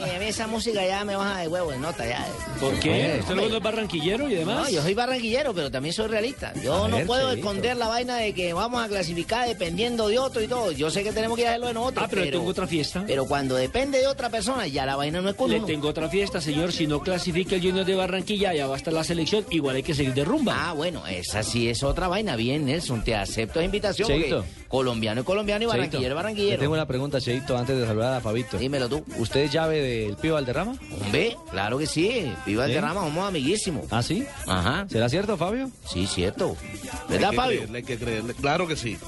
Eh, esa música ya me baja de huevo de nota ya. ¿Por qué? Eh, Usted hombre. luego no es barranquillero y demás. No, yo soy barranquillero, pero también soy realista. Yo A no ver, puedo Federico. esconder la vaina de que vamos a clasificar dependiendo de otro y todo. Yo sé que tenemos que hacerlo de nosotros. Ah, pero le tengo otra fiesta. Pero cuando depende de otra persona, ya la vaina no es con Le uno. tengo otra fiesta, señor. Si no clasifica el Junior de Barranquilla, ya va a estar la selección. Igual hay que seguir de rumba. Ah, bueno, esa sí es otra vaina. Bien, Nelson, te acepto la invitación. porque Cheito. Colombiano es colombiano y barranquillero es le barranquillero. tengo una pregunta, Cheito, antes de saludar a Fabito. Dímelo tú. ¿Usted es llave del Pío Valderrama? Hombre, claro que sí. Viva el ¿Sí? derrama, somos amiguísimos. ¿Ah, sí? Ajá. ¿Será cierto, Fabio? Sí, cierto. Hay ¿Verdad, que Fabio? creerle, hay que creerle. Claro que sí.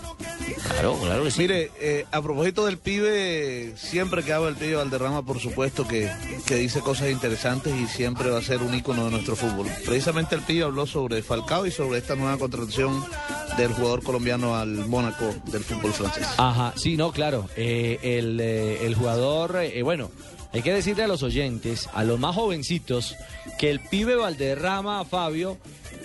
Claro, claro que sí. Mire, eh, a propósito del pibe, siempre que habla el pibe Valderrama, por supuesto que, que dice cosas interesantes y siempre va a ser un ícono de nuestro fútbol. Precisamente el pibe habló sobre Falcao y sobre esta nueva contratación del jugador colombiano al Mónaco del fútbol francés. Ajá, sí, no, claro. Eh, el, eh, el jugador, eh, bueno, hay que decirle a los oyentes, a los más jovencitos, que el pibe Valderrama, Fabio,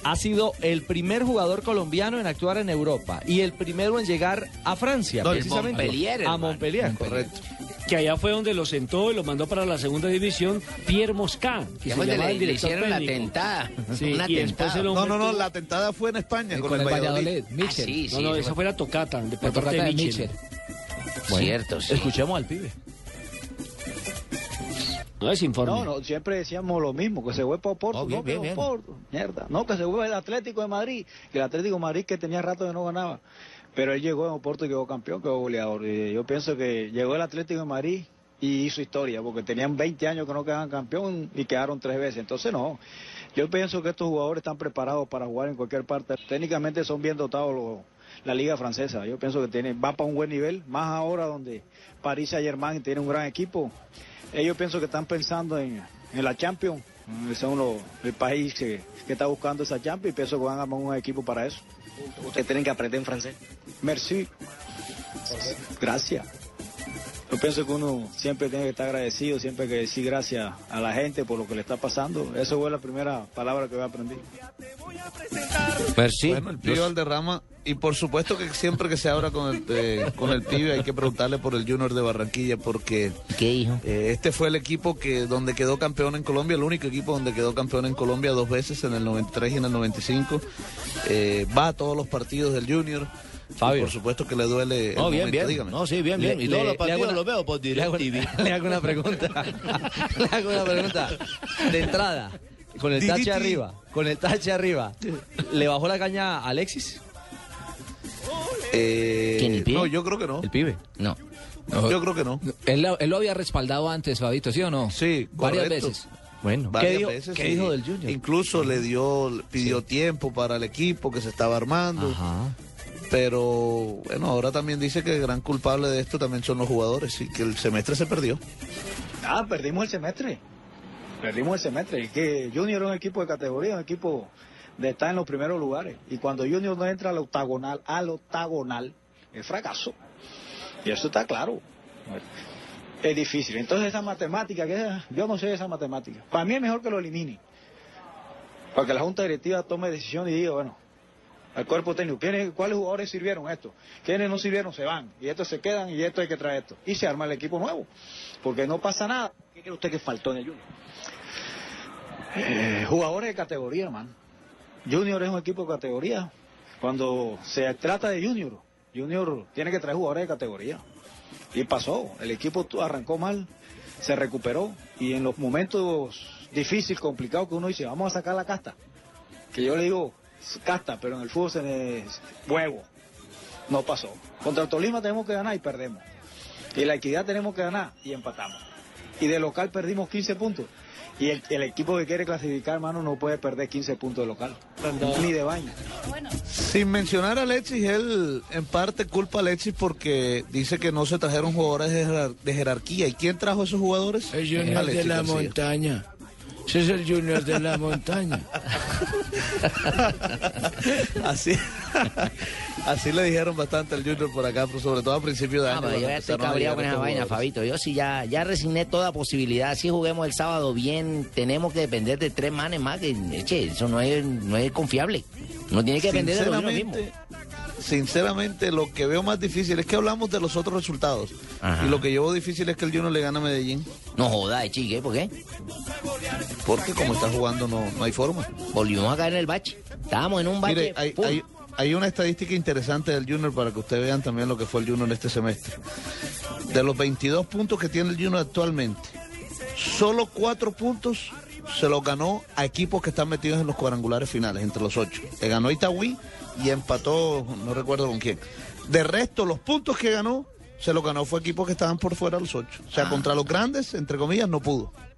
ha sido el primer jugador colombiano en actuar en Europa y el primero en llegar a Francia, No, el precisamente. Montpellier, a hermano. Montpellier, correcto. Ah. Que allá fue donde lo sentó y lo mandó para la segunda división Pierre Mosca, que Ya se fue que llamaba le, el le director hicieron la técnico. tentada. Sí, una y después tentada. el hombre No, no, no, tuvo- la tentada fue en España con, con el Valladolid, Ah, Mitchell. sí, sí. No, no, se esa fue- fue la tocata de La por parte torrata de de Mitchell. Mitchell. Cierto, sí. Escuchemos al pibe. No es informe. No, no, siempre decíamos lo mismo, que se fue para Porto, Oh, bien, no, que bien, no, bien. Porto, mierda, no, que se fue el Atlético de Madrid, que el Atlético de Madrid que tenía rato que no ganaba, pero él llegó a Porto y quedó campeón, quedó goleador, y yo pienso que llegó el Atlético de Madrid y hizo historia, porque tenían 20 años que no quedaban campeón y quedaron tres veces, entonces no, yo pienso que estos jugadores están preparados para jugar en cualquier parte, técnicamente son bien dotados los- la liga francesa, yo pienso que tienen, va para un buen nivel, más ahora donde París Saint Germain tiene un gran equipo, ellos pienso que están pensando en, en la Champions. Mm, Son los, el país que, que está buscando esa Champions y pienso que van a armar un equipo para eso. Ustedes tienen que aprender en francés. Merci. Gracias. Yo pienso que uno siempre tiene que estar agradecido, siempre hay que decir gracias a la gente por lo que le está pasando. Eso fue la primera palabra que voy a aprender. Merci. Bueno, el pibe Pues Los- Valderrama. Y por supuesto que siempre que se habla con el, eh, con el pibe hay que preguntarle por el Junior de Barranquilla porque ¿Qué dijo? Eh, este fue el equipo que donde quedó campeón en Colombia, el único equipo donde quedó campeón en Colombia dos veces, en el 93 y en el 95. Eh, va a todos los partidos del Junior. Fabio. Y Por supuesto que le duele. el No, bien, momento, bien. dígame. No, sí, bien, bien. Le- y todos le- los le partidos hago una- los veo por Le hago, DirecTV. le hago una pregunta. le hago una pregunta. De entrada, con el tache arriba, con el tache arriba, ¿le bajó la caña a Alexis? Eh, ¿Quién, el pibe? no, yo creo que no. El pibe. No. Yo creo que no. Él, lo- él lo había respaldado antes, Fabito, ¿sí o no? Sí, Varias correcto. veces. Bueno, Varias ¿qué dijo, veces, qué sí. dijo del Junior? Incluso le dio, pidió tiempo para el equipo que se estaba armando. Ajá. Pero bueno, ahora también dice que el gran culpable de esto también son los jugadores y que el semestre se perdió. Ah, perdimos el semestre. Perdimos el semestre. Es que Junior es un equipo de categoría, un equipo de estar en los primeros lugares. Y cuando Junior no entra al octagonal, al octagonal, es fracaso. Y eso está claro. Es difícil. Entonces esa matemática, que es- yo no sé esa matemática. Para mí es mejor que lo elimine. Para que la Junta Directiva tome decisión y diga, bueno, al cuerpo técnico, ¿quiénes, ¿cuáles jugadores sirvieron esto? ¿Quiénes no sirvieron? Se van. Y estos se quedan y esto hay que traer esto. Y se arma el equipo nuevo. Porque no pasa nada. ¿Qué cree usted que faltó en el Junior? Eh, jugadores de categoría, hermano. Junior es un equipo de categoría. Cuando se trata de Junior, Junior tiene que traer jugadores de categoría. Y pasó, el equipo tu- arrancó mal, se recuperó y en los momentos difíciles, complicados que uno dice, vamos a sacar la casta. Que yo le digo casta, pero en el fútbol se le huevo. No pasó. Contra el Tolima tenemos que ganar y perdemos. Y la equidad tenemos que ganar y empatamos. Y de local perdimos 15 puntos. Y el, el equipo que quiere clasificar, hermano, no puede perder 15 puntos de local. Ni de baño. Sin mencionar a Alexis, él en parte culpa a Alexis porque dice que no se trajeron jugadores de, jerar- de jerarquía. ¿Y quién trajo esos jugadores? El Junior Alexis de la García. montaña. Ese es el Junior de la montaña. así, así le dijeron bastante al Junior por acá, pero sobre todo a principio de Ah, año. pero yo cuando ya estoy empezaron a cabreado llegar con esa estos vaina, jugadores. Fabito. Yo sí ya, ya resigné toda posibilidad. Si juguemos el sábado bien, tenemos que depender de tres manes más. Que, che, eso no es, no es confiable. No tiene que depender de uno mismo. Sinceramente, sinceramente lo que veo más difícil es que hablamos de los otros resultados. Ajá. Y lo que yo veo difícil es que el Junior le gana a Medellín. No joda, de chique, ¿por qué? Porque como está jugando no, no hay forma. Volvimos a caer en el bache. Estábamos en un bache. Mire, hay, ¡pum! hay- hay una estadística interesante del Junior para que ustedes vean también lo que fue el Junior en este semestre. De los 22 puntos que tiene el Junior actualmente, solo 4 puntos se los ganó a equipos que están metidos en los cuadrangulares finales, entre los 8. Le ganó a Itagüí y empató, no recuerdo con quién. De resto, los puntos Ah. que ganó, se los ganó fue a equipos que estaban por fuera de los 8. O sea, contra los grandes, entre comillas, no pudo.